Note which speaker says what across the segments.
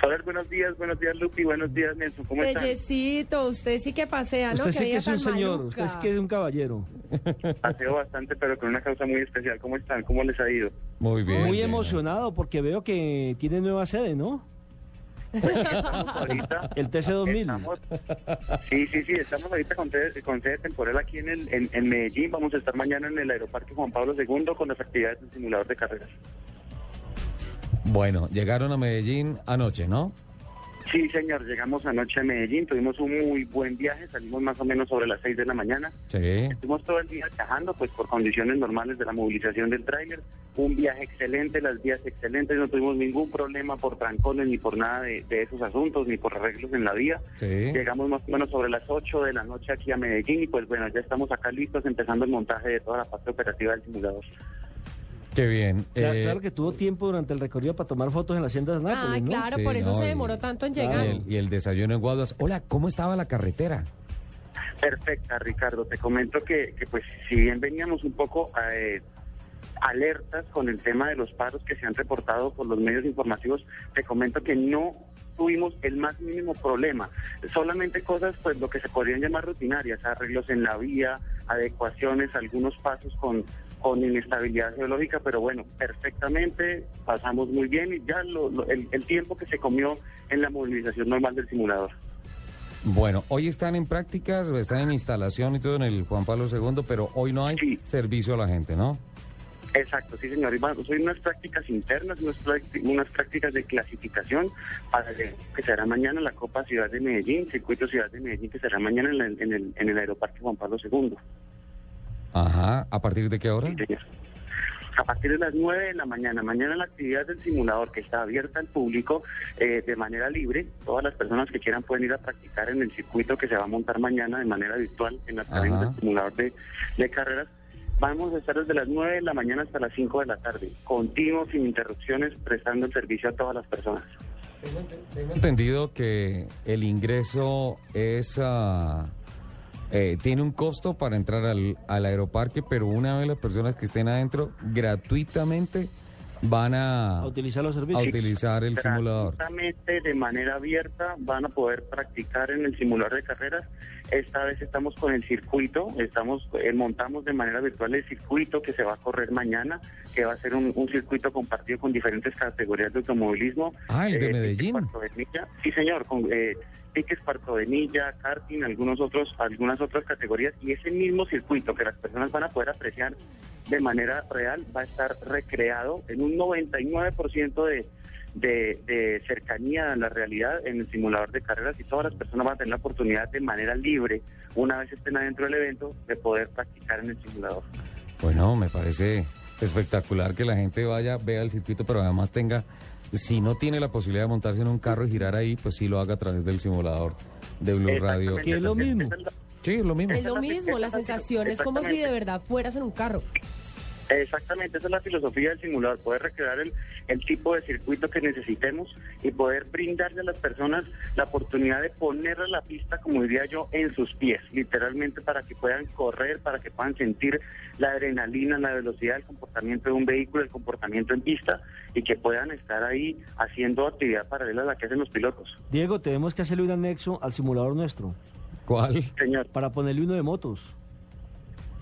Speaker 1: Hola, buenos días, buenos días, Lupi, buenos días, Nelson, ¿cómo estás?
Speaker 2: Bellecito, usted sí que pasea, Ah, ¿no?
Speaker 3: Usted sí que
Speaker 2: vida
Speaker 3: es un
Speaker 2: tan
Speaker 3: señor,
Speaker 2: maluca.
Speaker 3: usted sí que es un caballero.
Speaker 1: Paseo bastante, pero con una causa muy especial. ¿Cómo están? ¿Cómo les ha ido?
Speaker 4: Muy bien.
Speaker 3: Muy
Speaker 4: bien.
Speaker 3: emocionado porque veo que tiene nueva sede, ¿no?
Speaker 1: Estamos ahorita...
Speaker 3: El TC2000.
Speaker 1: Estamos, sí, sí, sí, estamos ahorita con sede, con sede temporal aquí en, el- en, en Medellín. Vamos a estar mañana en el Aeroparque Juan Pablo II con las actividades del simulador de carreras.
Speaker 4: Bueno, llegaron a Medellín anoche, ¿no?
Speaker 1: Sí, señor, llegamos anoche a Medellín, tuvimos un muy buen viaje, salimos más o menos sobre las 6 de la mañana.
Speaker 4: Sí.
Speaker 1: Estuvimos todo el día viajando, pues por condiciones normales de la movilización del tráiler. Un viaje excelente, las vías excelentes, no tuvimos ningún problema por trancones ni por nada de, de esos asuntos, ni por arreglos en la vía.
Speaker 4: Sí.
Speaker 1: Llegamos más o menos sobre las 8 de la noche aquí a Medellín y pues bueno, ya estamos acá listos empezando el montaje de toda la parte operativa del simulador.
Speaker 4: Qué bien.
Speaker 3: Cla-
Speaker 4: Eh,
Speaker 3: claro que tuvo tiempo durante el recorrido para tomar fotos en las haciendas
Speaker 2: Ah,
Speaker 3: Nápoles, ¿no?
Speaker 2: claro,
Speaker 4: Sí,
Speaker 2: por eso
Speaker 4: no,
Speaker 2: se
Speaker 4: y-
Speaker 2: demoró tanto en
Speaker 4: y
Speaker 2: llegar.
Speaker 4: el- Y, el, desayuno en Guaduas. Hola, ¿cómo estaba la carretera?
Speaker 1: Perfecta, Ricardo. Te comento que, que, pues si bien veníamos un poco eh, alertas con el tema de los paros que se han reportado por los medios informativos, te comento que no tuvimos el más mínimo problema. Solamente cosas, pues lo que se podrían llamar rutinarias, arreglos en la vía, adecuaciones, algunos pasos con con inestabilidad geológica, pero bueno, perfectamente, pasamos muy bien y ya lo- lo- el- el tiempo que se comió en la movilización normal del simulador.
Speaker 4: Bueno, hoy están en prácticas, están en instalación y todo en el Juan Pablo II, pero hoy no hay
Speaker 1: Sí.
Speaker 4: servicio a la gente, ¿no?
Speaker 1: Exacto, sí, señor. Iván, son unas prácticas internas, unas, prácti- unas prácticas de clasificación para el- que será mañana la Copa Ciudad de Medellín, Circuito Ciudad de Medellín, que será mañana en el, en el, en el Aeroparque Juan Pablo II.
Speaker 4: Ajá. ¿A partir de qué hora?
Speaker 1: Sí, señor. A partir de las 9 de la mañana, mañana la actividad del simulador que está abierta al público eh, de manera libre. Todas las personas que quieran pueden ir a practicar en el circuito que se va a montar mañana de manera virtual en las
Speaker 4: Ajá.
Speaker 1: cadenas del simulador de, de carreras. Vamos a estar desde las 9 de la mañana hasta las 5 de la tarde, continuo, sin interrupciones, prestando el servicio a todas las personas.
Speaker 4: Tengo entendido que el ingreso es ah, eh, tiene un costo para entrar al, al aeroparque, pero una vez las personas que estén adentro gratuitamente van a,
Speaker 3: A utilizar los
Speaker 4: a
Speaker 3: servicios.
Speaker 4: utilizar el simulador.
Speaker 1: Gratuitamente, de manera abierta, van a poder practicar en el simulador de carreras. Esta vez estamos con el circuito, estamos eh, montamos de manera virtual el circuito que se va a correr mañana, que va a ser un, un circuito compartido con diferentes categorías de automovilismo.
Speaker 4: Ah, el de
Speaker 1: tickets
Speaker 4: Medellín.
Speaker 1: cuarto Eh, de milla. Sí, señor, con eh, tickets cuarto de milla, karting, algunos otros, algunas otras categorías. Y ese mismo circuito que las personas van a poder apreciar de manera real va a estar recreado en un 99% de, de, de cercanía a la realidad en el simulador de carreras y todas las personas van a tener la oportunidad de manera libre, una vez estén adentro del evento, de poder practicar en el simulador.
Speaker 4: Bueno, me parece espectacular que la gente vaya, vea el circuito, pero además tenga, si no tiene la posibilidad de montarse en un carro y girar ahí, pues sí lo haga a través del simulador de Blue Radio.
Speaker 1: Exactamente,
Speaker 3: Que es lo
Speaker 1: entonces,
Speaker 3: mismo.
Speaker 1: esa es la-
Speaker 4: Sí, es lo mismo.
Speaker 2: Es lo mismo, la sensación es como si de
Speaker 1: Exactamente.
Speaker 2: verdad fueras en un carro.
Speaker 1: Exactamente, esa es la filosofía del simulador, poder recrear el, el tipo de circuito que necesitemos y poder brindarle a las personas la oportunidad de ponerle la pista, como diría yo, en sus pies, literalmente para que puedan correr, para que puedan sentir la adrenalina, la velocidad, el comportamiento de un vehículo, el comportamiento en pista y que puedan estar ahí haciendo actividad paralela a la que hacen los pilotos.
Speaker 3: Diego, tenemos que hacerle un anexo al simulador nuestro
Speaker 4: ¿Cuál?
Speaker 1: Señor,
Speaker 3: para ponerle uno de motos.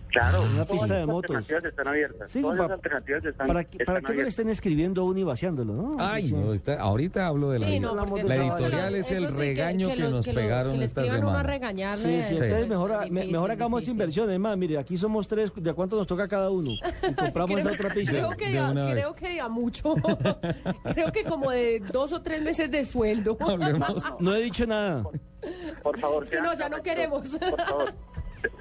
Speaker 1: claro,
Speaker 4: Una
Speaker 1: todas
Speaker 3: pista de
Speaker 1: las
Speaker 3: motos.
Speaker 1: alternativas están abiertas.
Speaker 3: Sí,
Speaker 1: todas
Speaker 3: pa-
Speaker 1: las alternativas están,
Speaker 3: Para que,
Speaker 1: están
Speaker 3: para que no le
Speaker 1: abiertas.
Speaker 3: estén escribiendo a uno y vaciándolo, ¿no?
Speaker 4: Ay,
Speaker 3: Sí.
Speaker 4: no, está- ahorita hablo de la
Speaker 2: pues, Sí, no,
Speaker 4: editorial.
Speaker 2: porque
Speaker 4: La
Speaker 2: eso-
Speaker 4: editorial es
Speaker 2: eso
Speaker 4: el
Speaker 2: sí que-
Speaker 4: regaño que,
Speaker 2: lo-
Speaker 4: nos
Speaker 2: lo-
Speaker 4: pegaron
Speaker 2: que le
Speaker 4: esta
Speaker 2: escriban uno a
Speaker 4: semana.
Speaker 2: regañarle,
Speaker 3: Sí, sí,
Speaker 2: es
Speaker 3: entonces mejor, ha- me-
Speaker 2: difícil,
Speaker 3: mejor hagamos
Speaker 2: difícil.
Speaker 3: inversiones. Además, mire, aquí somos tres, ¿de cuánto nos toca cada uno? Y compramos esa otra pista.
Speaker 2: Creo que,
Speaker 4: de
Speaker 2: de a,
Speaker 4: una vez.
Speaker 2: creo que de a mucho. creo que como de dos o tres meses de sueldo.
Speaker 4: Hablemos.
Speaker 3: No he dicho nada.
Speaker 1: Por favor,
Speaker 2: Sí,
Speaker 1: sean
Speaker 2: no, ya no
Speaker 1: caballerosos,
Speaker 2: queremos.
Speaker 1: Por favor,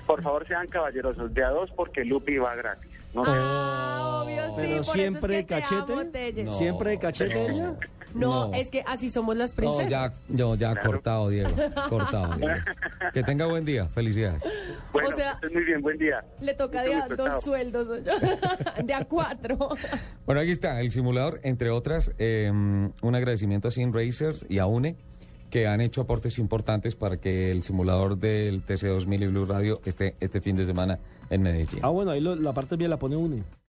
Speaker 1: por favor, sean caballerosos. De a dos, porque Lupi va gratis. No,
Speaker 2: Ah, obvio, sí, por
Speaker 3: Pero
Speaker 2: eso es
Speaker 3: siempre
Speaker 2: que te
Speaker 3: cachete.
Speaker 2: amo, Telle.
Speaker 4: No,
Speaker 3: siempre de cachete
Speaker 4: no,
Speaker 3: ella.
Speaker 2: No,
Speaker 4: no.
Speaker 2: es que así somos las
Speaker 4: No, ya,
Speaker 2: princesas.
Speaker 4: no, ya cortado, Diego. Cortado, Diego. Que tenga buen día. Felicidades.
Speaker 1: bueno,
Speaker 2: o sea-
Speaker 1: que estés muy bien, buen día.
Speaker 2: Le toca de
Speaker 1: Mucho
Speaker 2: a
Speaker 1: gusto, chao.
Speaker 2: dos sueldos, oye. de a cuatro.
Speaker 4: Bueno, aquí está el simulador, entre otras. eh, un agradecimiento a Sim Racers y a UNE, que han hecho aportes importantes para que el simulador del TC2000 y Blue Radio esté este fin de semana en Medellín.
Speaker 3: Ah, bueno, ahí lo- la parte bien la pone uno.